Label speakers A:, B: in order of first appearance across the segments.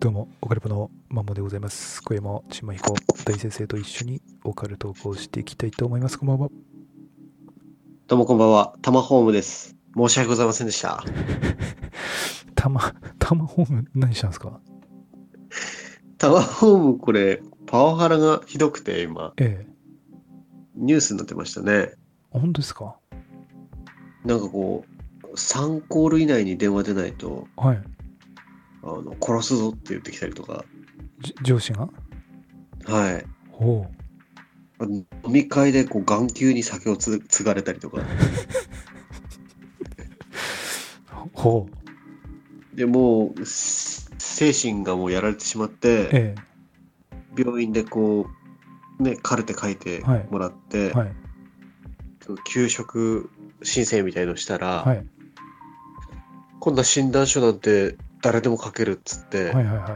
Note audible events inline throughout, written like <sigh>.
A: どうも、オカルトのマンモでございます。小山島彦大先生と一緒にオカルトをこうしていきたいと思います。こんばんは。
B: どうもこんばんは、タマホームです。申し訳ございませんでした。
A: たま、たまホーム何したんですか
B: タマホーム、これ、パワハラがひどくて、今、
A: ええ。
B: ニュースになってましたね。
A: あ本当ですか
B: なんかこう、3コール以内に電話出ないと、
A: はい。
B: あの殺すぞって言ってきたりとか、
A: じ上司が
B: はい。
A: ほう。
B: あの飲み会でこう眼球に酒をつ継がれたりとか。
A: ほう。
B: でもう、す精神がもうやられてしまって、
A: え
B: 病院でこう、ね、カルテ書いてもらって、
A: え。はい。
B: 給食申請みたいのしたら、
A: はい。
B: こんな診断書なんて誰でも書けるっつっ
A: は
B: て、
A: いはいはい。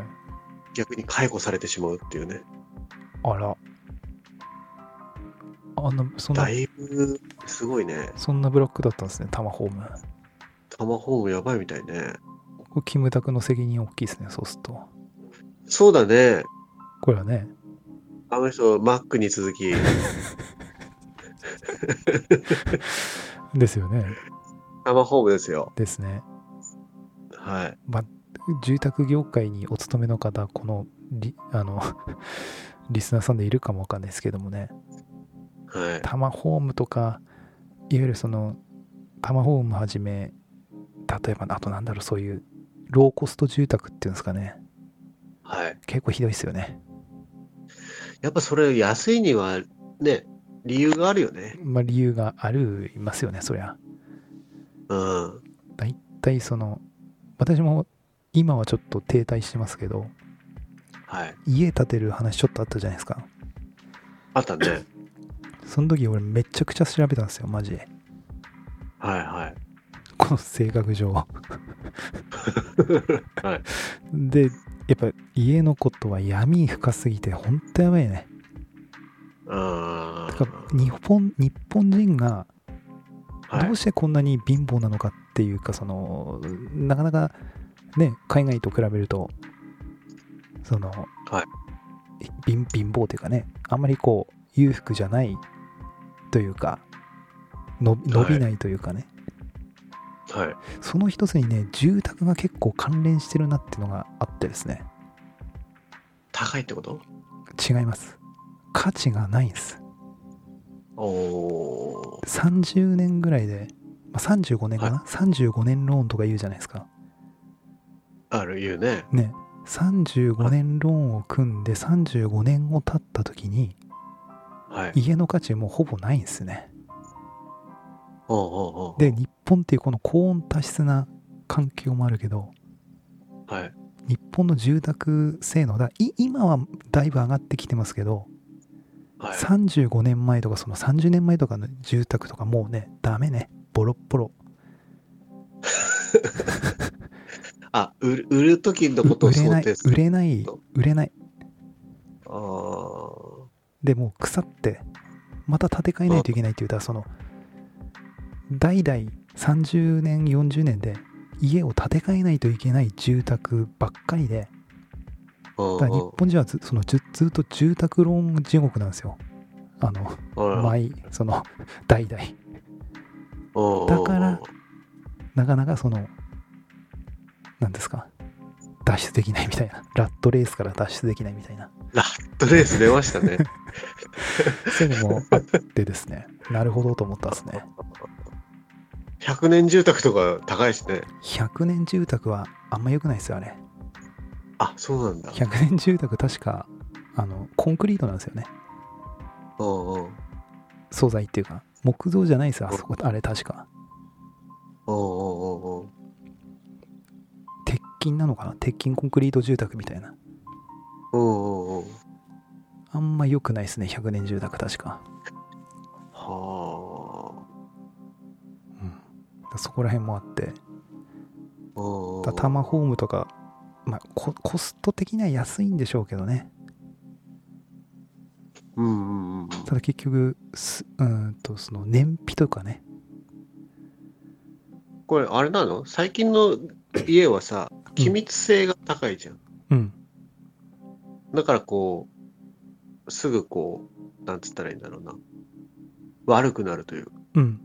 B: 逆に解雇されてしまうっていうね、
A: あら。あんな、そんな
B: だ、いぶすごいね、
A: そんなブラックだったんですね、たまホーム。
B: タマホームやばいみたいね。
A: これキムタクの責任大きいですね、そうすると。
B: そうだね、
A: これはね、
B: あの人、マックに続き、
A: ですよね。
B: タマホームですよ。
A: ですね。
B: はい。
A: 住宅業界にお勤めの方、このリ <laughs> あのリスナーさんでいるかもわかんないですけどもね、
B: はい。
A: タマホームとか、いわゆるその、タマホームはじめ、例えば、あとなんだろう、そういう、ローコスト住宅っていうんですかね、
B: はい。
A: 結構ひどいですよね。
B: やっぱそれ、安いにはね、理由があるよね。
A: まあ、理由がありますよね、そりゃ。
B: うん。
A: 一体その、私も今はちょっと停滞してますけど、
B: はい。
A: 家建てる話ちょっとあったじゃないですか。
B: あったね。
A: その時俺めちゃくちゃ調べたんですよ、マジで。
B: はいはい。
A: この性格上。
B: はい。
A: で、やっぱ家のことは闇深すぎて、ほんとやばいよね。
B: あ
A: だから日本、日本人が
B: はい
A: どうしてこんなに貧乏なのかっていうか、その、なかなかね、海外と比べると、その、
B: は
A: 貧貧乏というかね、あんまりこう、裕福じゃないというか、の伸びないというかね、
B: はい。
A: その一つにね、住宅が結構関連してるなっていうのがあってですね、
B: 高いってこと
A: 違います。価値がないんです。
B: おー。
A: 30年ぐらいで、まあ、35年かな、35年ローンとか言うじゃないですか。
B: ある、言うね。
A: ね。35年ローンを組んで35年を経った時に
B: はい。
A: 家の価値もうほぼないんですね。
B: おうおうおうおう
A: で、日本っていうこの高温多湿な環境もあるけど、
B: はい。
A: 日本の住宅性能だ、い今はだいぶ上がってきてますけど、
B: はい。
A: 35年前とかその30年前とかの住宅とかもうね、ダメね。ボロッボロ。
B: あ、売る売る時のことを
A: 売れな
B: 想
A: い
B: 定、す
A: 売
B: る。
A: れない、売れない。
B: あー
A: でもう腐ってまた建て替えないといけないっていうたらその代々30年40年で家を建て替えないといけない住宅ばっかりで
B: うん
A: だか
B: う
A: ら
B: ん
A: 日本人はずそのずずっと住宅ローン地獄なんですよあの
B: うん
A: 毎その代々
B: うん
A: だからなかなかその何ですか脱出できないみたいなラットレースから脱出できないみたいな
B: ラットレース出まし
A: <laughs>
B: たね。
A: そういうのもあってですねなるほどと思ったんですね
B: 100年住宅とか高いしね。
A: 100年住宅はあんま良くないですよね
B: あ、そうなんだ。
A: 100年住宅確かあのコンクリートなんですよね
B: うんうんうんうん
A: 素材っていうか木造じゃないんですよあそこあれ確か
B: うんうん
A: 鉄筋なのかな鉄筋コンクリート住宅みたいな
B: うんうんうん。
A: あんま良くないですね100年住宅確か、
B: は
A: そこら辺もあって
B: あ。うんうん
A: タタマホームとか、まあ、ココスト的には安いんでしょうけどね
B: うんうんうん。
A: ただ結局すうーんとその燃費とかね
B: これ、あれなの最近の家はさ、機密性が高いじゃん。
A: ううん
B: だからこう、すぐこう、なんつったらいいんだろうな。悪くなるというか。
A: うん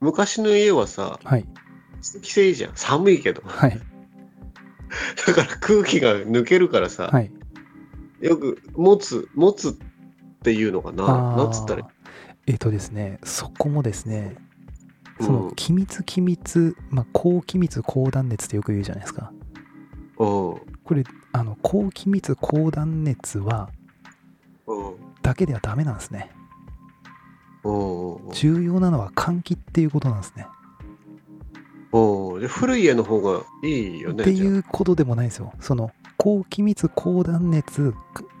B: 昔の家はさ、
A: はい
B: 規制いいじゃん。寒いけど。
A: はい
B: だから空気が抜けるからさ、
A: はい
B: よく持つ、持つっていうのかな。
A: あー
B: なんつったらいい。
A: えっ、とですねそこもですね
B: うん
A: その機密機密、まあ、高機密高断熱ってよく言うじゃないですか
B: うん。
A: これあの高機密高断熱は
B: うん。
A: だけではダメなんですね
B: うんうん
A: 重要なのは換気っていうことなんですね
B: うん。うん。で、古い家の方がいいよね。
A: って
B: じゃ
A: いうことでもないですよその高気密高断熱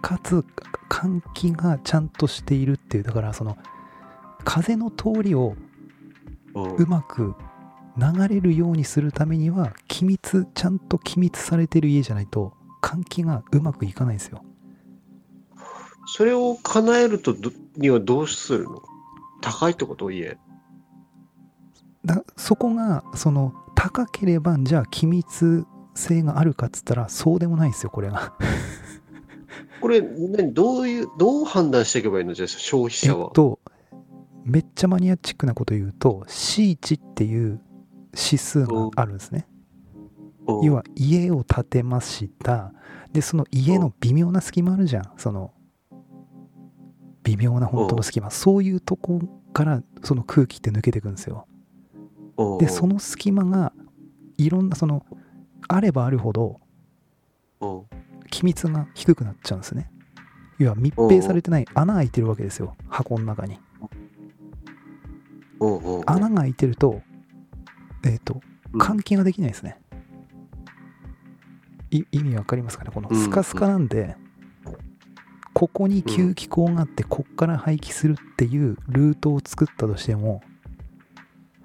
A: かかつ換気がちゃんとしているっていうだからその風の通りを
B: あうん
A: うまく流れるようにするためには気密ちゃんと気密されてる家じゃないと換気がうまくいかないんですよ
B: それを叶えるとどにはどうするの高いってこと家。
A: だそこがその高ければじゃあ気密性があるかっつったらそうでもないんですよこれが
B: これ、何どういう、どう判断していけばいいのじゃあ消費
A: え
B: 者は。
A: っとめっちゃマニアチックなこと言うと C 値っていう指数があるんですね
B: うん
A: 要は家を建てましたでその家の微妙な隙間あるじゃんその微妙な本当の隙間そういうとこからその空気って抜けてくんですよ
B: うん
A: でその隙間がいろんなそのあればあるほど
B: うん
A: 気密が低くなっちゃうんですね要は密閉されてない穴開いてるわけですよ箱の中に
B: うんうんうん
A: 穴が開いてるとえっ、と
B: うん
A: 換気ができないですね、い意味わかりますかねこの
B: うん
A: スカスカなんで、ここに吸気口があってこっから排気するっていうルートを作ったとしても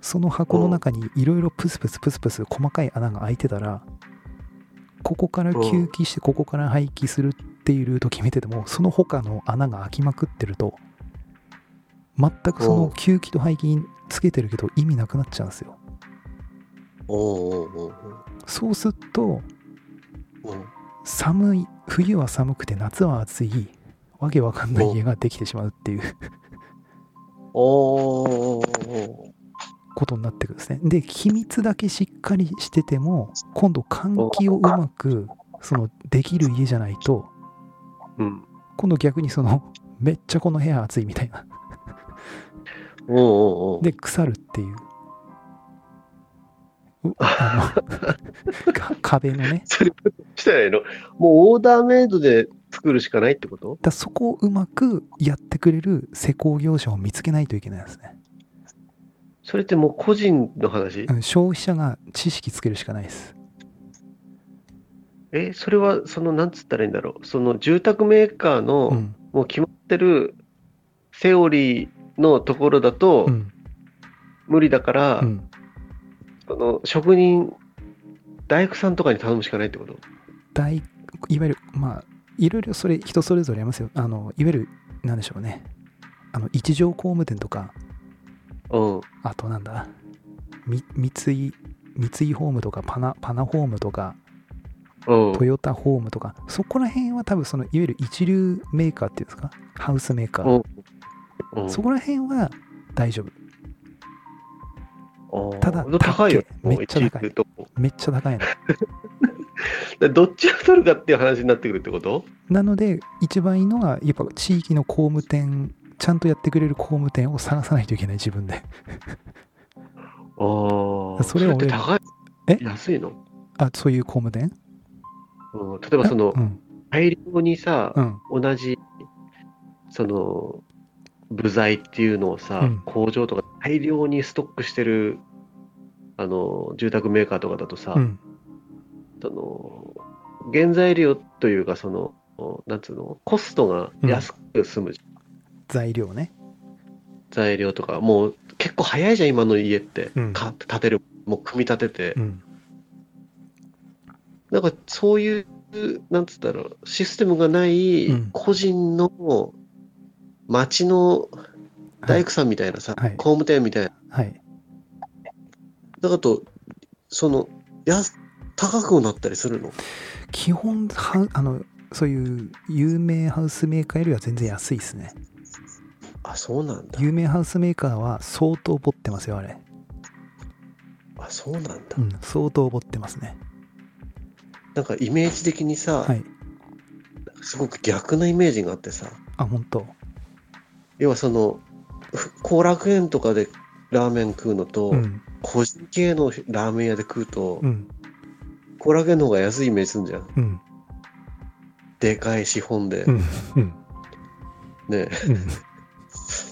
A: その箱の中にいろいろプスプスプスプス細かい穴が開いてたらここから吸気してここから排気するっていうルート決めててもその他の穴が開きまくってると全くその吸気と排気つけてるけど意味なくなっちゃうんですよ
B: うんうんうん
A: そうすると
B: うん
A: 寒い冬は寒くて夏は暑いわけわかんない家ができてしまうっていう <laughs>
B: おー
A: ことになってくるんですねで気密だけしっかりしてても今度換気をうまくそのできる家じゃないと
B: うん
A: 今度逆にそのめっちゃこの部屋暑いみたいな
B: うんうんうん
A: で腐るっていううあのか壁のね
B: それどうしたらいいのもうオーダーメイドで作るしかないってこと
A: だそこをうまくやってくれる施工業者を見つけないといけないですね、
B: それってもう個人の話、
A: うん、消費者が知識つけるしかないです
B: えそれはそのなんつったらいいんだろうその住宅メーカーの、
A: うん
B: もう決まってるセオリーのところだと
A: うん
B: 無理だから、
A: うん
B: その職人大工さんとかに頼むしかないってこと
A: 大いわゆるまあいろいろそれ人それぞれありますよあのいわゆるなんでしょうねあの一条工務店とか
B: うん
A: あとなんだみ三井三井ホームとかパナパナホームとか
B: うん
A: トヨタホームとかそこら辺は多分そのいわゆる一流メーカーっていうんですかハウスメーカー
B: うん
A: そこら辺は大丈夫
B: うん
A: ただ
B: 高いよ
A: 高いめっちゃ高い
B: もう一流とこ
A: めっちゃ高いの
B: でどっちを取るかっていう話になってくるってこと
A: なので一番いいのはやっぱ地域の工務店ちゃんとやってくれる工務店を探さないといけない自分で
B: ああ。
A: それは
B: って
A: 俺
B: 高い。
A: え
B: 安いの、
A: あそういう工務店
B: うん、例えばその
A: う、ん
B: 大量にさ
A: う、ん
B: 同じ、その、部材っていうのをさ、
A: うん
B: 工場とか大量にストックしてる、あの、住宅メーカーとかだとさ、
A: うん
B: その、原材料というか、その、なんつうの、コストが安く済むじゃん
A: 材料ね。
B: 材料とか、もう結構早いじゃん、今の家って。
A: うん
B: か建てる、もう組み立てて。
A: ん。
B: なんかそういう、なんつったろう、システムがない
A: うん
B: 個人の町の大工さんみたいなさ、
A: はい
B: 工務店みたいな、
A: はい。
B: だからと、その、やす高くなったりするの
A: 基本はあのそういう有名ハウスメーカーよりは全然安いですね
B: あ、そうなんだ。
A: 有名ハウスメーカーは相当ぼってますよあれ
B: あ、そうなんだ
A: う。ん相当ぼってますね
B: なんかイメージ的にさ、
A: はい
B: すごく逆なイメージがあってさ、
A: あ本当
B: 要はその、ふ後楽園とかでラーメン食うのと、
A: うん
B: 個人系のラーメン屋で食うと
A: う、ん
B: 後楽園の方が安いイメージするじゃん。
A: うん
B: でかい資本で。
A: うんうん
B: ね
A: うん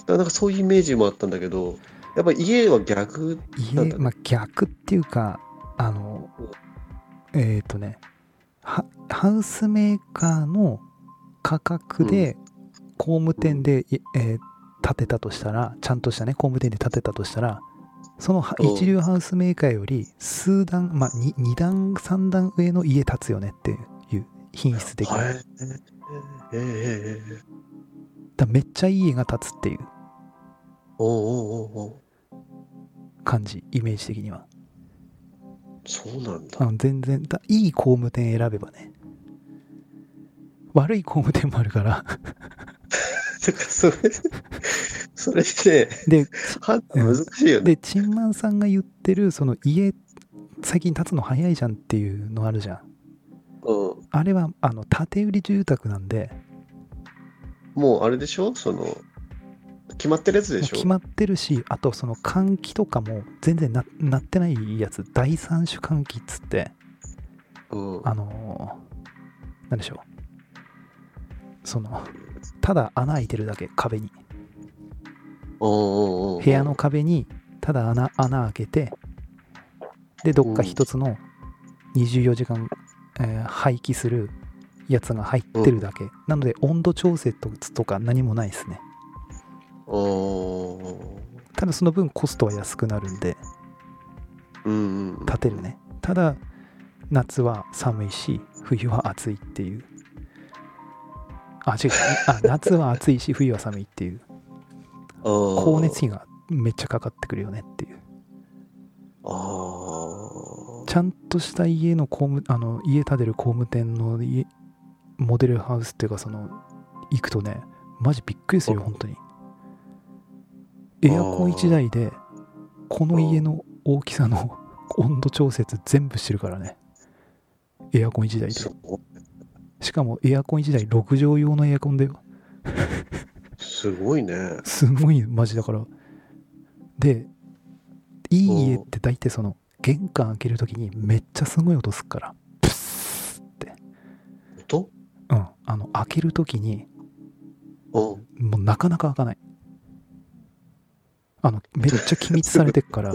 B: だからなんかそういうイメージもあったんだけど、やっぱ家は逆、
A: 家
B: なんだろう
A: まあ、逆っていうかあのえっ、とねハハウスメーカーの価格で工務店で、いえー建てたとしたらちゃんとしたね工務店で建てたとしたらそのは
B: うん
A: 一流ハウスメーカーより数段、まあ、2, 二段3段上の家建つよねっていう品質的な、
B: は
A: だか
B: い。えーえーえーえー
A: らめっちゃいい家が建つっていう
B: おうおうおうおう
A: 感じイメージ的には
B: そうなんだ
A: あ。の全然だいい工務店選べばね悪い工務店もある
B: <laughs>
A: から
B: てか、それ、それって、
A: で、
B: 判断難しいよね。
A: で、チンマンさんが言ってる、その家、最近建つの早いじゃんっていうのあるじゃん。
B: うん。
A: あれは、あの、建て売り住宅なんで、
B: もうあれでしょその、決まってるやつで
A: もう
B: しょ
A: 決まってるし、あと、その換気とかも全然ななってないやつ、第三種換気っつって、
B: うん。
A: あのーなんでしょう。その、ただ穴開いてるだけ、壁に。
B: おうおうおう
A: 部屋の壁にただ穴穴開けてでどっか一つの24時間、えー廃棄するやつが入ってるだけ、なので温度調整ととか何もないですね
B: おうおうお
A: ただその分コストは安くなるんで
B: ううんうん。
A: 建てる。ねただ夏は寒いし冬は暑いっていうあ違うあ夏は暑いし冬は寒いっていう
B: 高
A: 光熱費がめっちゃかかってくるよねっていう
B: あ
A: ちゃんとした家の工務あの家建てる工務店の家モデルハウスっていうかその行くとねマジびっくりするよ
B: あ
A: 本当にエアコン1台でこの家の大きさの <laughs> 温度調節全部してるからねエアコン1
B: あ。
A: 台
B: す
A: で
B: ご
A: しかもエアコン1台6畳用のエアコンだよ
B: すごいね。
A: すごいよマジだからでいい家って大体その玄関開けるときにめっちゃすごい音すっからプスッって
B: と
A: うん、あの開けるときに
B: うん。
A: もうなかなか開かないあのめっちゃ気密されてるから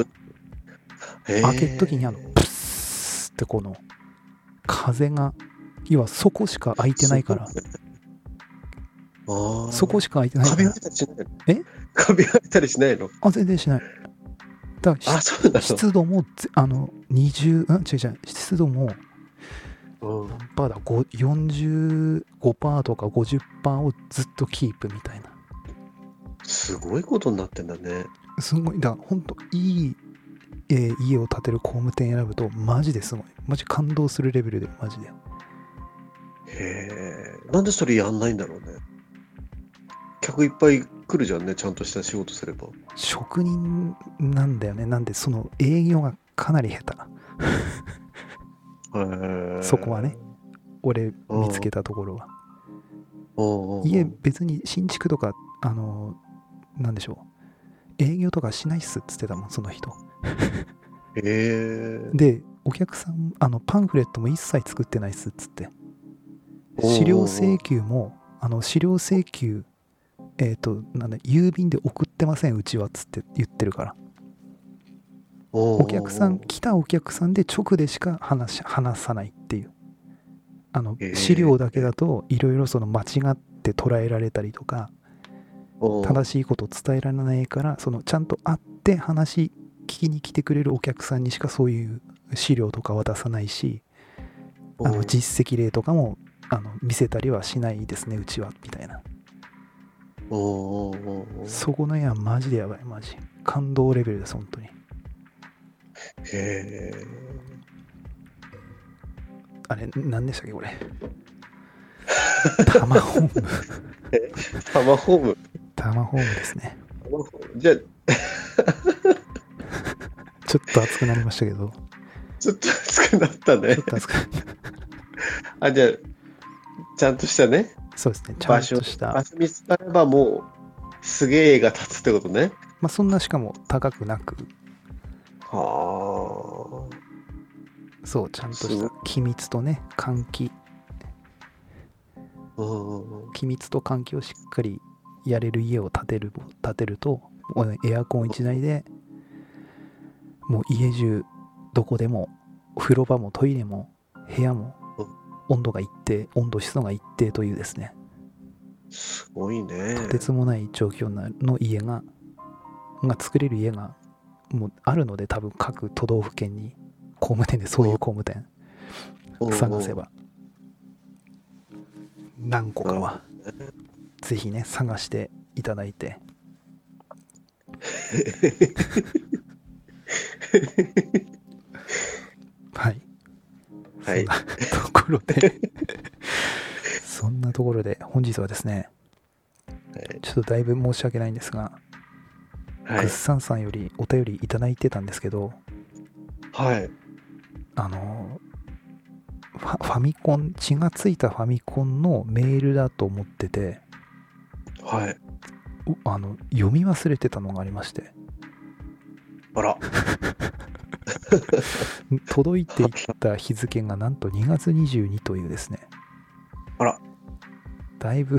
A: 開
B: 開
A: けるときにあのプスーってこの風が要はそこしか開いてないから
B: すああ。
A: そこしか開いてない
B: カ
A: か
B: ビ生
A: ら
B: えたりしないの
A: え
B: カビ生えたりしないの
A: あ全然しないだから
B: あ、
A: し
B: そうなの
A: 湿度もぜあの20うん違う違う湿度も
B: うん。
A: 何パーだご45%とか50%をずっとキープみたいな
B: すごいことになってんだね。
A: すごい、だから本当いい、えー家を建てる工務店選ぶと、マジですごい。マジ感動するレベルで、マジで。
B: へえ。なんでそれやんないんだろうね。客いっぱい来るじゃんね、ちゃんとした仕事すれば。
A: 職人なんだよね。なんで、その営業がかなり下手。そこはね。俺、見つけたところは。
B: おうおうおう
A: 家、別に新築とか、あのーなんでしょう。営業とかしないっすっつってたもん、その人。
B: へえ。
A: で、お客さん、あの、パンフレットも一切作ってないっすっつって。
B: おうおうおう
A: 資料請求も、あの資料請求、えっ、と、なんだ、郵便で送ってません、うちはっつって言ってるから、
B: おうおうおう
A: お客さん、来たお客さんで直でしか話し話さないっていう、あの
B: へえ
A: 資料だけだといろいろその間違って捉えられたりとか、
B: おう
A: 正しいことを伝えられないから、そのちゃんと会って話聞きに来てくれるお客さんにしかそういう資料とか渡さないし、あ
B: お
A: の
B: う
A: 実績例とかもあの見せたりはしないですね、うちはみたいな。
B: おうおうおうおう
A: そこの絵はマジでやばい、マジ。感動レベルです、本当に。
B: へえ。
A: あれ、何でしたっけ、これ。タマホーム。
B: <laughs> タマホーム。
A: タマホームですね。
B: タマホームじゃあ、
A: ちょっと熱くなりましたけど、
B: ちょっと熱くなったね
A: ちょっ。と熱く
B: あ、じゃあ、ちゃんとしたね、
A: そうですね、ちゃ
B: 場
A: ん
B: 所
A: とした、
B: 場
A: ま
B: 所見つかればもう、すげえが立つってことね。
A: あ、そんなしかも高くなく、
B: はあ。
A: そう、ちゃんと
B: す
A: し
B: ごい
A: た機密とね、換気、
B: うんうんうん
A: 機密と換気をしっかりやれる家を建てる建てると、もうエアコン1台でもう家中、どこでも、風呂場もトイレも部屋も
B: うん、
A: 温度が一定、温度、湿度が一定というですね、
B: すごいね。
A: とてつもない状況なの家がが作れる家がもうあるので多分各都道府県に工務店でそういう工務店探せば何個かはぜひね探していただい
B: <laughs>
A: てはい
B: は
A: そん
B: い。
A: なところでそんなところで本日はですねちょっとだいぶ申し訳ないんですが
B: は
A: ぐっ
B: い。
A: さんさんよりお便りいただいてたんですけど、
B: はい。
A: あのファファミコン血がついたファミコンのメールだと思ってて
B: はい。
A: うあの読み忘れてたのがありまして
B: あら。
A: 届いていった日付がなんと2月22というですね
B: あら
A: だいぶ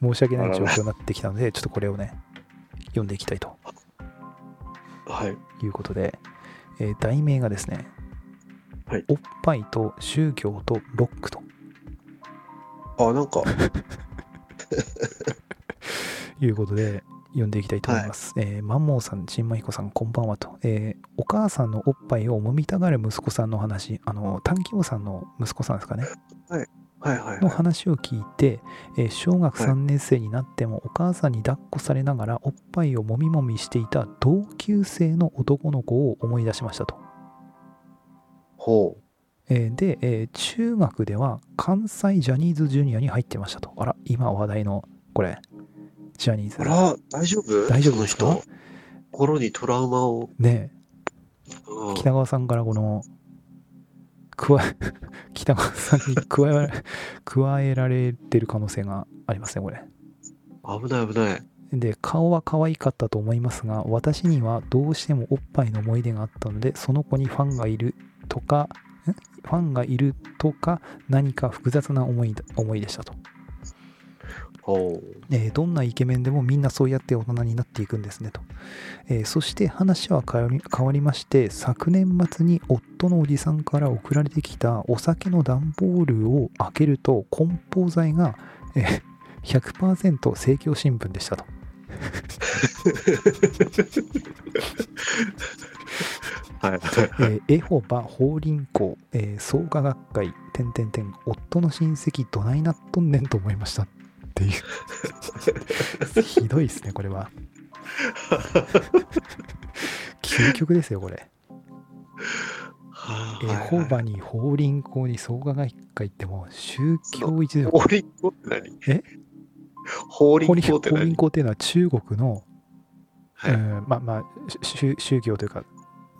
A: 申し訳ない状況になってきたのでちょっとこれをね読んでいきたいと
B: はい。
A: いうことで、えー題名がですね、
B: はい
A: おっぱいと宗教とロックと
B: あ、なんか、
A: いうことで読んでいきたいと思います、えーマンモーさん、チンマヒコさん、こんばんはと、えーお母さんのおっぱいを揉みたがる息子さんの話あの短期坊さんの息子さんですかね
B: はいはい
A: の
B: は
A: 話を聞いて、えー小学
B: はい
A: 3年生になってもお母さんに抱っこされながらおっぱいをもみもみしていた同級生の男の子を思い出しましたと
B: い。ほ
A: えーで、えー中学では関西ジャニーズジュニアに入ってましたと。あら、今話題の、これ、ジャニー
B: う。
A: ズ。
B: あら、大丈夫
A: 大丈夫
B: その
A: ですか
B: 人心にトラウマを。
A: ね
B: う
A: え
B: ん
A: 北川さんからこの、加え、 <laughs> 北川さんに加え、 <laughs> 加えられてる可能性がありますね、これ。
B: 危ない危ない。
A: で、顔は可愛かったと思いますが、私にはどうしてもおっぱいの思い出があったので、その子にファンがいるとか、んファンがいるとか、何か複雑な思いだ思いでしたと。
B: ほ
A: <laughs> えーどんなイケメンでもみんなそうやって大人になっていくんですねと、えーそして話は変わり変わりまして昨年末に夫のおじさんから送られてきたお酒の段ボールを開けると梱包材が、えー100%政教新聞でしたと
B: う。はいは
A: え
B: い
A: ーエホバ法輪功、えー創価学会、点々点、夫の親戚、どないなっとんねんと思いましたって
B: <laughs>
A: いう、ひどいですね、これは。究極ですよ、これ。
B: は
A: エ
B: い。
A: ホバに法輪功に創価学会ってもう宗教一族。
B: 法輪功って何
A: え
B: 法輪
A: 法輪法
B: 功って何
A: 輪功っていうのは中国の、
B: はい
A: うんまあまあ宗宗教というか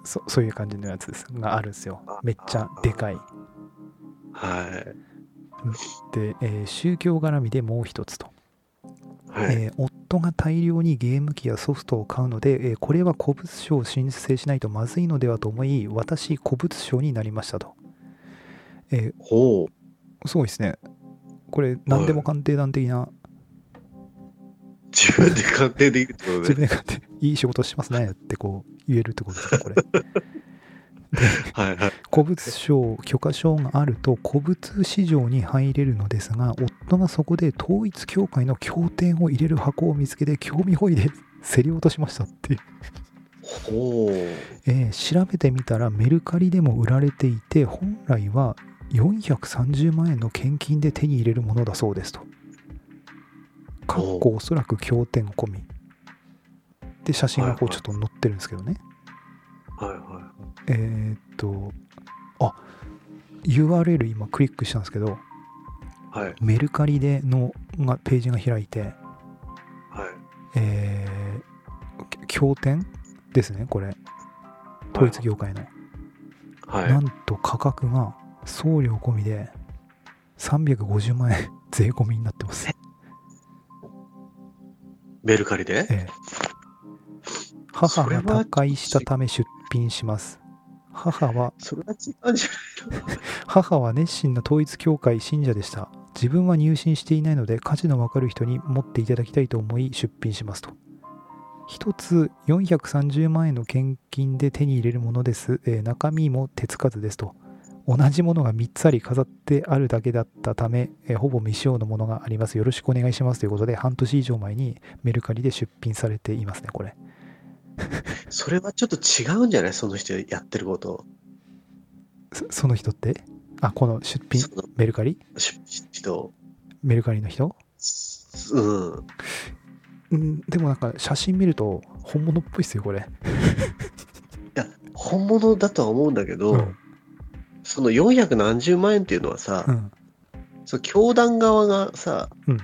A: そそういう感じのやつですがあるんですよめっちゃでかい
B: はい。
A: で、えー宗教絡みでもう一つと、
B: はい。
A: えー夫が大量にゲーム機やソフトを買うので、えーこれは古物商を申請しないとまずいのではと思い私古物商になりましたと
B: ほう。
A: すごいですねこれ何でも鑑定団的な、
B: 自分で鑑定できるってこと
A: 自
B: ね。
A: 分で買っていい仕事してますねってこう言えるってことですかこ <laughs> れ
B: はいはい。
A: 古物商許可証があると古物市場に入れるのですが夫がそこで統一教会の経典を入れる箱を見つけて興味本位で競り落としましたっていう
B: ほう。
A: えー調べてみたらメルカリでも売られていて本来は430万円の献金で手に入れるものだそうですと。かっこおそらく経典込み。で写真がこう
B: はいはい
A: ちょっと載ってるんですけどね。
B: はいはいはいは
A: えーっとあ URL 今クリックしたんですけど
B: い。はい。
A: メルカリでのがページが開いて
B: はい。
A: えーき経典ですねこれ統一業界の、
B: はい。
A: なんと価格が送料込みで350万円 <laughs> 税込みになってます
B: メルカリで
A: ええ母
B: それ
A: が他
B: は
A: 界したため出品します母は
B: それは違うんじゃないの <laughs>
A: 母は熱心な統一教会信者でした自分は入信していないので価値のわかる人に持っていただきたいと思い出品しますと一つ430万円の献金で手に入れるものです、えー中身も手つかずですと同じものが3つあり飾ってあるだけだったため、えーほぼ未使用のものがありますよろしくお願いしますということで半年以上前にメルカリで出品されていますねこれ
B: それはちょっと違うんじゃないその人やってること。
A: そその人ってあこの出品
B: その
A: メルカリ
B: 出品人。
A: メルカリの人
B: うん。
A: うん、でもなんか写真見ると本物っぽいっすよこれ、
B: 本物だとは思うんだけど、
A: うん
B: その4何十万円っていうのはさ、
A: うん、
B: その教団側がさ、
A: うん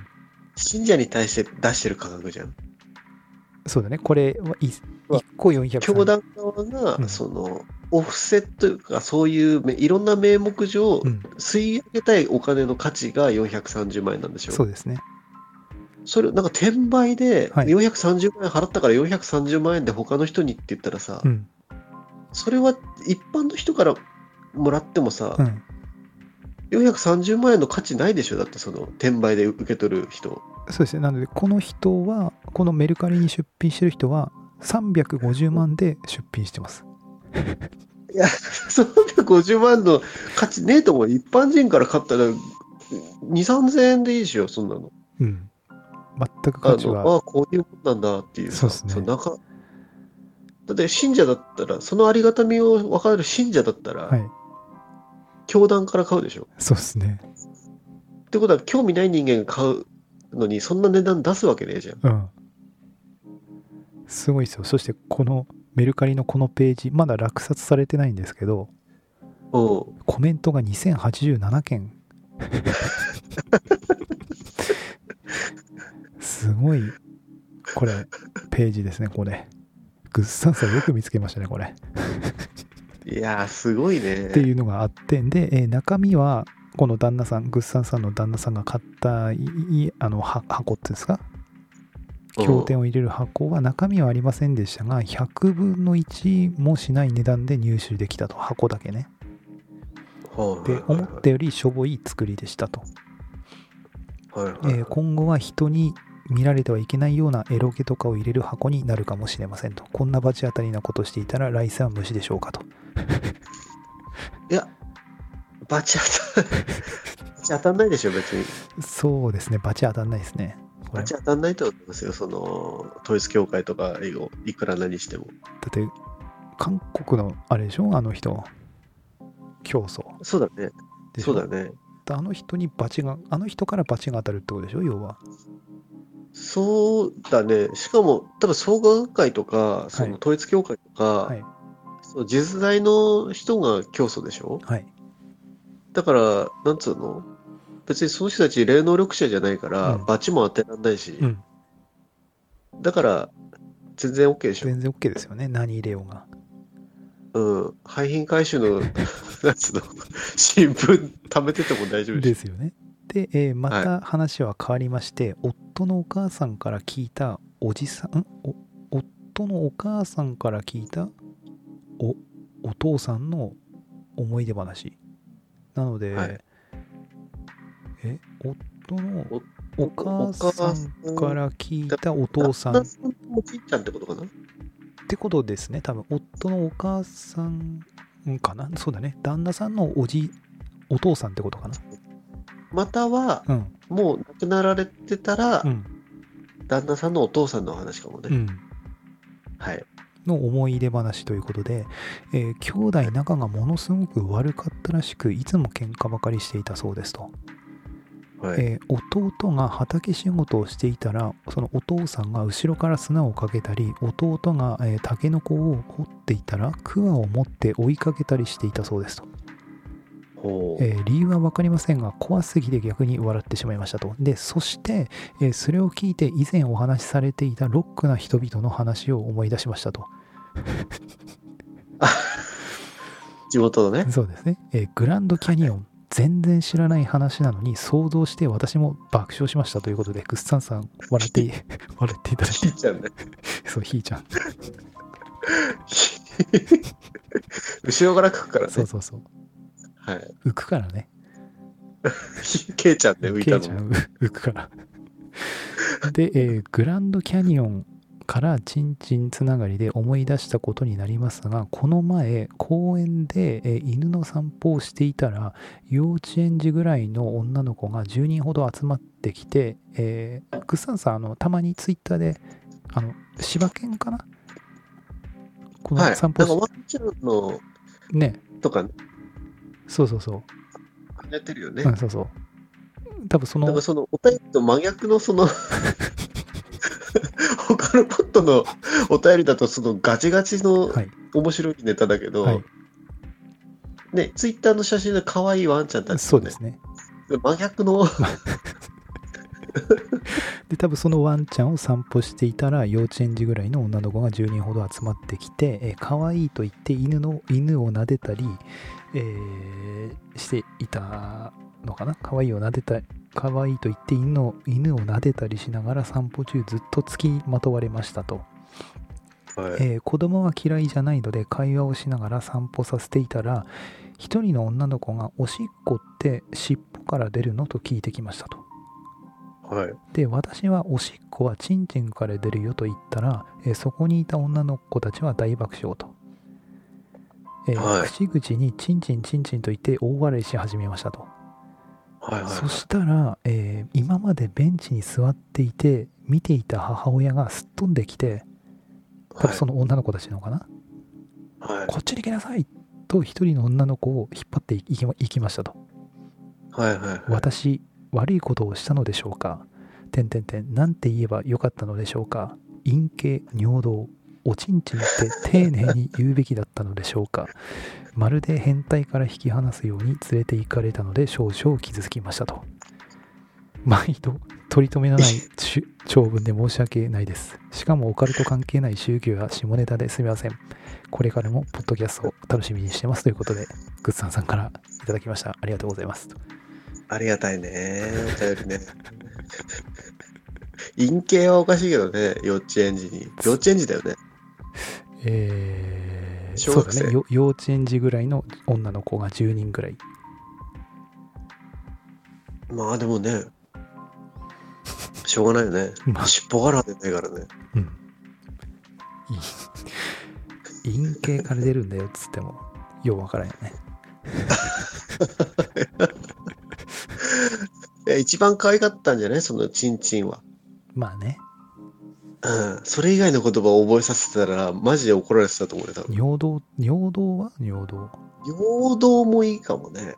B: 信者に対して出してる価格じゃん。
A: そうだねこれはい1
B: うわ
A: 個400
B: 教団側が、
A: うん
B: そのオフセットというか、そういうめいろんな名目上、
A: うん、
B: 吸い上げたいお金の価値が430万円なんでしょ
A: そうですね
B: それなんか転売で
A: はい
B: 430万円払ったから430万円で他の人にって言ったらさ、
A: うん
B: それは一般の人からもらってもさ
A: う、ん
B: 430万円の価値ないでしょだってその転売で受け取る人 <laughs>
A: そうですねなのでこの人はこのメルカリに出品してる人は350万で出品してます
B: いや350万の価値ねえと思う一般人から買ったら2 3 0円でいいでしょそんなの
A: うん全く
B: あ
A: 価値
B: の
A: は
B: あこういうもんなんだっていう
A: そう
B: さ
A: っすね
B: のなんかだって信者だったらそのありがたみを分かる信者だったら、
A: はい
B: 教団から買うでしょ
A: そうですね
B: ってことは興味ない人間が買うのにそんな値段出すわけねえじゃん。
A: うんすごいですよそしてこのメルカリのこのページまだ落札されてないんですけど
B: うん。
A: コメントが2087件すごいこれページですねこれグッサンさんよく見つけましたねこれ
B: いやー、すごいね。
A: っていうのがあってんで、えー中身はこの旦那さんグッサンさんの旦那さんが買ったいいあのは箱っていうんですか
B: うん
A: 経典を入れる箱は中身はありませんでしたが100分の1もしない値段で入手できたと箱だけね
B: はい
A: で思ったよりしょぼい作りでしたと
B: はいはい
A: えー今後は人に見られてはいけないようなエロゲとかを入れる箱になるかもしれませんとこんな罰当たりなことしていたら来世は無視でしょうかと
B: バチ当た <laughs> バチ当たんないでしょ、別に。
A: そうですね罰当たんないですねこれ
B: バチ
A: だ
B: 当たんないと思いますよ、その統一教会とかをいくら何しても。
A: って韓国のあれでしょあの人競争
B: そうだね。
A: でし
B: そ
A: ょ
B: うだね。
A: あの人に罰があの人から罰が当たるってことでしょ要は
B: そうだね。しかも、多分、創価学会とか、その統一教会とか、
A: はい
B: その実在の人が教祖でしょ
A: はい
B: だから、なんつうの別にその人たち霊能力者じゃないから、
A: うん
B: 罰も当てらんないし、
A: うん
B: だから、全然 OK でしょ。
A: 全然 OK ですよね何入れようが
B: うん。廃品回
A: <laughs>
B: 収の、なんつうの、新聞貯めてても大丈夫
A: で
B: です。
A: すよね。で、えーまた話は変わりまして、夫のお母さんから聞いたおじさん、んお夫のお母さんから聞いたおお父さんの思い出話。なので、
B: はい
A: え、夫のお母さんから聞いたお
B: お
A: 父さんっ
B: さんとおじいちゃんってことかな
A: てことですね、多分夫のお母さんんかな、そうだね、旦那さんのおじ、お父さんってことかな。
B: または、
A: うん、
B: もう亡くなられてたら、
A: うん、
B: 旦那さんのお父さんの話かもね。
A: うん。
B: はい。
A: の思い出話ということで、えー兄弟仲がものすごく悪かったらしくいつも喧嘩ばかりしていたそうですと
B: はい。
A: えー弟が畑仕事をしていたらそのお父さんが後ろから砂をかけたり弟が、えータケノコを掘っていたらクワを持って追いかけたりしていたそうですと、
B: ほう。
A: えー理由は分かりませんが怖すぎて逆に笑ってしまいましたとでそして、えーそれを聞いて以前お話しされていたロックな人々の話を思い出しましたと
B: 地元のね。
A: <laughs> そうですね、えーグランドキャニオン全然知らない話なのに想像して私も爆笑しましたということでグッサンさん笑って <laughs> い笑っていただい
B: ひーちゃんね。 <laughs>
A: てそうひーちゃん
B: 後ろから書くからね
A: そう。そうそう
B: はい。 <laughs>
A: 浮くからね
B: ケイちゃんね、浮い
A: ケ
B: た
A: イちゃ
B: の。
A: ん <laughs> 浮浮くからで、えーグランドキャニオンからチンチンつながりで思い出したことになりますがこの前公園で、えー犬の散歩をしていたら幼稚園児ぐらいの女の子が10人ほど集まってきて、えー、グッサンさんあのたまにツイッターであの柴犬かなこ
B: はい。
A: の
B: なんか
A: 散歩し、
B: ワンちゃんの
A: ね
B: とかね
A: そうそうそう、
B: やってるよね
A: う。んそうそう多分そ
B: なん
A: の
B: かそのお便りと真逆のその <laughs> 他のポットのお便りだとそのガチガチの
A: はい
B: 面白いネタだけど、
A: はい
B: ね、ツイッターの写真で可愛いワンちゃんたち
A: そう
B: とね、
A: ですね
B: 真逆の、
A: で多分そのワンちゃんを散歩していたら幼稚園児ぐらいの女の子が10人ほど集まってきて、えー、可愛いと言って犬の犬を撫でたり、えーしていたのかな可愛いを撫でた可愛いと言って犬を犬を撫でたりしながら散歩中ずっとつきまとわれましたと、
B: はい
A: えー子供は嫌いじゃないので会話をしながら散歩させていたら一人の女の子が「おしっこって尻尾から出るの?」と聞いてきましたと。
B: はい、
A: で私はおしっこはチンチンから出るよと言ったら、えーそこにいた女の子たちは大爆笑と、えー
B: はい
A: 口々にチンチンチンチンと言って大笑いし始めましたと、
B: はいはい
A: そしたら、えー今までベンチに座っていて見ていた母親がすっ飛んできて多分その女の子たちのかな、
B: はい
A: こっちに来なさいと一人の女の子を引っ張っていきまいきましたと
B: はいはいはい
A: <laughs> 私悪いことをしたのでしょうかてんてんてんなんて言えばよかったのでしょうか陰茎尿道おちんちんって丁寧に言うべきだったのでしょうかまるで変態から引き離すように連れて行かれたので少々傷つきましたと毎度取り留めのないちゅ長文で申し訳ないですしかもオカルト関係ない宗教や下ネタですみませんこれからもポッドキャストを楽しみにしてますということでグッサンさんからいただきましたありがとうございます
B: ありがたいねお便りね陰形はおかしいけどね幼稚園児に幼稚園児だよね
A: えー、
B: 小
A: そう
B: 学生
A: だねよ幼稚園児ぐらいの女の子が10人ぐらい
B: まあでもねしょうがないよ
A: <laughs>
B: ね
A: まあ
B: 尻尾から出ないからね
A: うんい <laughs> 陰茎から出るんだよっつってもようわからんよね
B: え一番可愛かったんじゃないそのチンチンは。
A: まあね
B: うん。それ以外の言葉を覚えさせてたら、マジで怒られてたと思うよ、多分。
A: 尿道尿道は尿道
B: 尿道もいいかもね。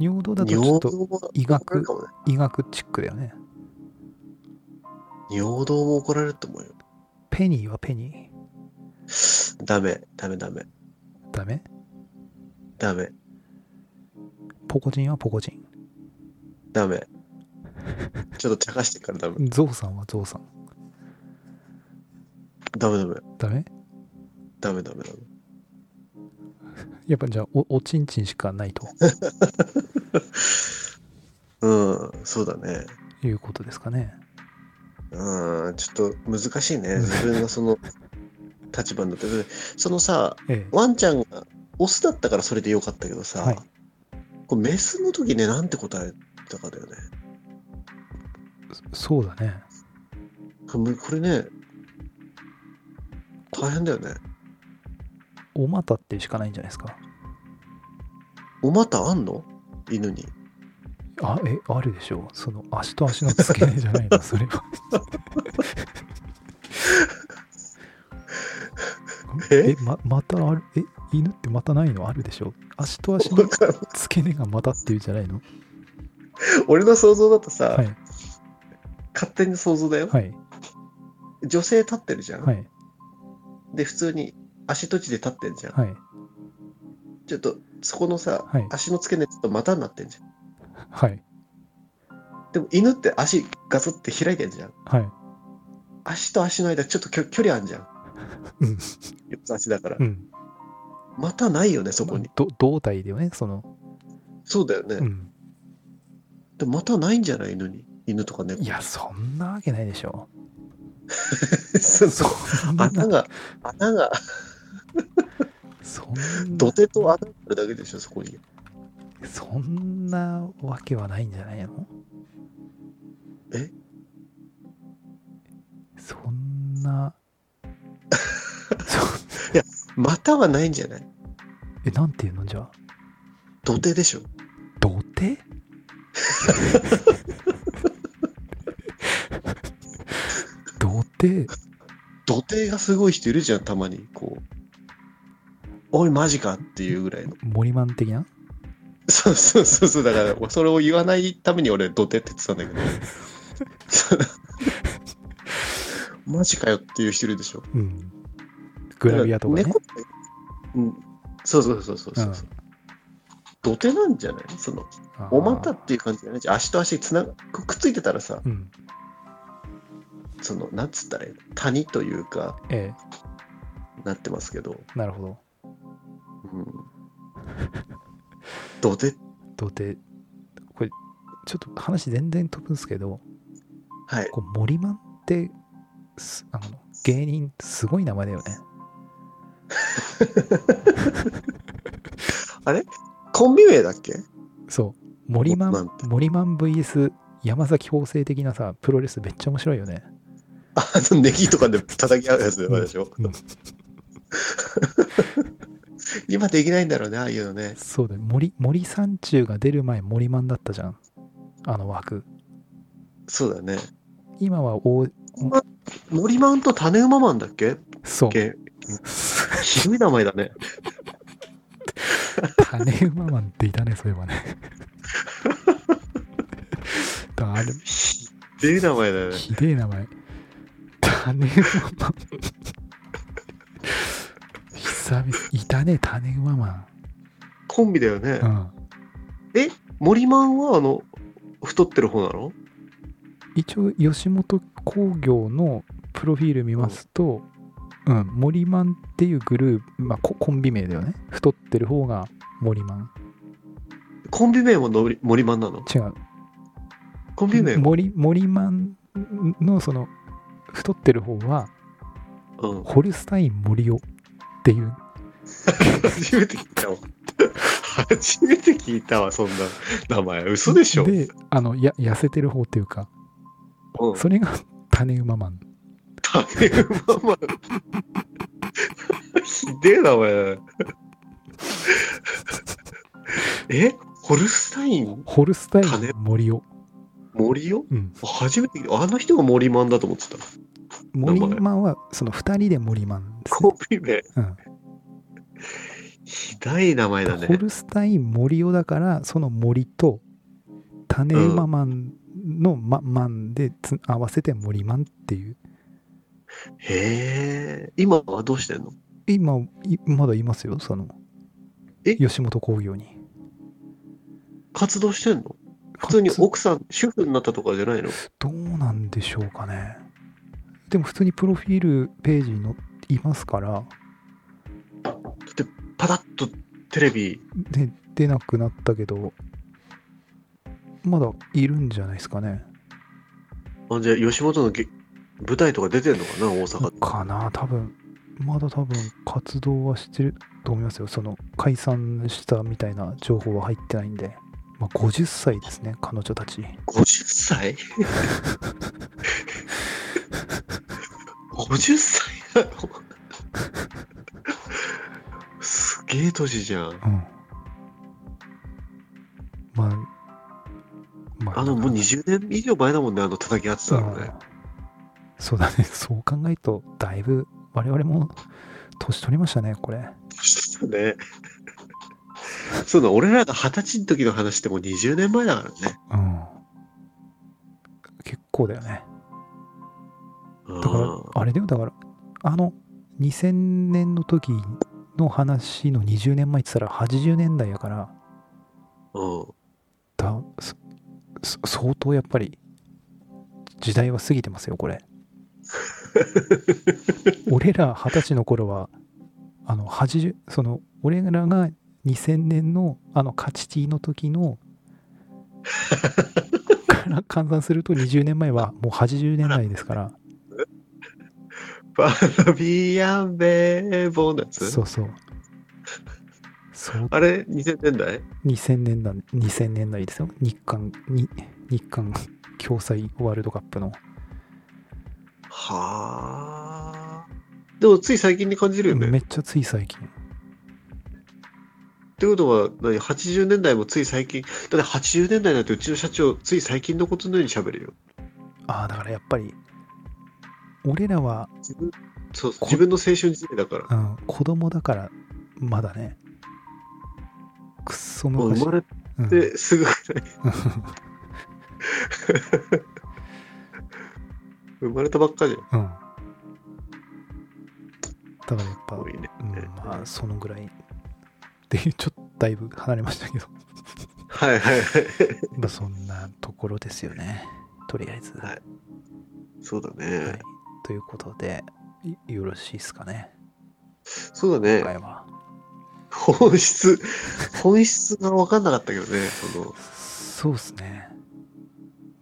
A: 尿道だとちょ
B: 尿
A: っと
B: 道も
A: 医
B: 怒られ
A: 学
B: るかもね。
A: 医学チックだよね
B: 尿道も怒られると思うよ。
A: ペニーはペニー
B: ダメ、ダメ、ダメ、
A: ダメ
B: ダメ、
A: ポコチンはポコチ
B: ダメ。ちょっと茶化してからダメ。
A: ンゾウさんはゾウさん
B: ダメ、ダメ、
A: ダメ
B: ダメ、ダメ、ダメ。
A: やっぱじゃあおおちんちんしかないと
B: うん、そうだね。
A: いうことですかね
B: うん、ちょっと難しいね。自分がその <laughs> 立場になって。そのさ、
A: ええ
B: ワンちゃんがオスだったからそれでよかったけどさ、
A: はい
B: これメスの時ね、なんて答えたかだよね。
A: そうだね
B: これこれね、大変だよね。
A: おまたっていうしかないんじゃないですか
B: お股あんの犬に。 <laughs>
A: あ、え、あるでしょう。その、足と足の付け根じゃ
B: <laughs>
A: ないの、それは。
B: え
A: ま、またある、え、犬ってまたないのあるでしょう。足と足の
B: わかんない
A: 付け根がまたっていうじゃないの
B: 俺の想像だとさ、
A: はい
B: 勝手に想像だよ。
A: はい
B: 女性立ってるじゃん。
A: はい
B: で、普通に足閉じで立ってんじゃん。
A: はい
B: ちょっと、そこのさ、
A: はい
B: 足の付け根ちょっと股になってんじゃん。
A: はい
B: でも犬って足ガツって開いてんじゃん。
A: はい
B: 足と足の間ちょっときょ距離あんじゃん。
A: うん
B: 四つ足だから
A: う。ん
B: 股ないよね、そこに。
A: ど胴体だよねその
B: そうだよね。
A: うん
B: でも股ないんじゃない犬に。犬とか猫
A: い。やそんなわけないでしょ
B: そうそう。
A: そんな
B: <laughs> 穴が、穴が、
A: そんな
B: 土手と穴があるだけでしょ、そこに。
A: そんなわけはないんじゃないの
B: え
A: そんな <laughs> そ
B: 股はないんじゃない
A: えなんていうのじゃあ
B: 土手でしょ。
A: 土手
B: <laughs>
A: 土手
B: 土手がすごい人いるじゃん、たまに。こう。おい、マジかっていうぐらいの。
A: 森マン的な
B: そうそうそうそう、だから、それを言わないために俺、土手って言ってたんだけ
A: <laughs>
B: ど。そうマジかよっていう人いるでしょ。
A: うんグラビアとかね
B: 猫ってうん。そうそうそうそうそうそう。土手なんじゃないその、
A: あー
B: お股っていう感じじゃないじゃん足と足つながくくっついてたらさ、
A: うん
B: その、なんつったらいいの谷というか、
A: え
B: なってますけど、
A: えなるほど
B: うん。土手、
A: 土手これちょっと話全然飛ぶんですけど
B: はい。
A: こう森マンってすあの芸人すごい名前だよね
B: コンビ名だっけ
A: そう森マ
B: 森マン
A: ン
B: って
A: 森マン VS 山崎法政的なさプロレスめっちゃ面白いよね
B: あの、ネギとかで叩き合うやつでしょ。
A: うん
B: 今できないんだろうね、ああいうのね。
A: そうだよ森森三中が出る前森マンだったじゃんあの枠
B: そうだね。
A: 今は大
B: 森マンと種馬マンだっけ
A: そう
B: けひどい名前だね。
A: <laughs> 種馬マンっていたねそういえばね <laughs> だあれ
B: ひどい名前だよね。
A: ひでえ名前種馬マン久々いたね種馬マ
B: コンビだよね
A: ンう。ん
B: 森マンは、あの、太ってる方なの
A: 一応吉本興業のプロフィール見ますと、うん、森マンっていうグループ、まあ、ココンビ名だよね太ってる方が森マン
B: コンビ名ものり森マンなの
A: 違う
B: コンビ名も。
A: 森森マンのその太ってる方は
B: うん。
A: ホルスタイン森尾っていう
B: 初めて聞いたわ。初めて聞いたわ、そんな名前。嘘でしょ。
A: であのや痩せてる方っていうか
B: うん
A: それが種馬マン
B: 竹馬マン。ひでえな、お前。えホルスタイン
A: ホルスタイン森尾、
B: 森よ
A: うん、
B: 初めて聞いたあの人が森マンだと思ってた。
A: 森マンはその2人で森マンです
B: コンビ名。
A: うん
B: ひどい名前だ
A: ホ
B: ね。
A: ルスタイン森尾だからその森と種馬マンの、まマンでつ合わせて森マンっていう
B: へえ。今はどうしてんの
A: 今いまだいますよその
B: え
A: 吉本興業に
B: 活動してんの普通に
A: 活
B: 奥さん、主婦になったとかじゃないの
A: どうなんでしょうかねでも普通にプロフィールページに載っていますから
B: パタッとテレビ。
A: で出なくなったけどまだいるんじゃないですかね
B: あじゃあ、吉本のげ舞台とか出てんのかな大阪。
A: かな多分まだ多分活動はしてると思いますよその解散したみたいな情報は入ってないんで、まあ、50歳ですね彼女たち
B: 50歳 ?50 歳なのすげえ年じゃん。
A: うんまあま
B: あの、もう20年以上前だもんね、あの叩き合ってたの
A: う
B: ね。
A: んそうだね <laughs> そう考えるとだいぶ我々も年取りましたねこれ
B: 年取ったね。そうだ、俺らが二十歳の時の話ってもう20年前だからね。
A: うん構だよね。
B: うん
A: だから、あれだよ、だから、あの、2000年の時の話の20年前って言ったら80年代やから、
B: うん。
A: だそそ相当やっぱり、時代は過ぎてますよ、こ
B: <laughs>
A: れ。俺ら二十歳の頃は、あの、80、その、俺らが2000年の、あの、勝ち T の時の、から換算すると20年前はもう80年代ですから、
B: バービーアンベーボーナス
A: そうそう。そう
B: あれ ?2000 年代
A: 2000年代、2000年代ですよ。日韓、に日韓共催ワールドカップの。
B: はあ。でもつい最近に感じるよね。
A: め
B: っ
A: っちゃつい最近。
B: てことは何、80年代もつい最近。だって80年代なんてうちの社長、つい最近のことのように喋るよ。
A: ああ、だからやっぱり、俺らは、
B: 自分そう
A: こ
B: 自分の青春時代だから。
A: うん、子供だから、まだね、くっそ
B: もう
A: 昔
B: 生。まれ
A: うん
B: てすぐくらい。生まれたばっかじゃん。
A: うん。だからや
B: <laughs>
A: っぱ、
B: 多いね。
A: うん、まあ、そのぐらい。っていう、ちょっとだいぶ離れま
B: <laughs>
A: したけど、
B: はいはいはい。
A: まあそんなところですよね。とりあえず。
B: はいそうだ
A: は
B: ね
A: い。、ということでいよろしいですかね
B: そう
A: 今
B: だね。
A: 回は
B: 本質、本質が分かんなかったけどね。その
A: そうですね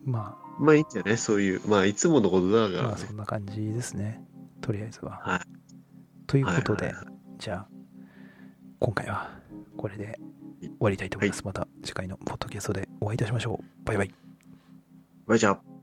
A: ま
B: まあいいんじゃないそういう、まあいつものことだ
A: あ
B: が、
A: まあそんな感じですねとりあえずは、
B: はい
A: ということで、
B: はいは
A: じゃあ今回はこれで終わりたいと思います、また次回のポッドキャストでお会いいたしましょうバイバイ
B: バイチャー。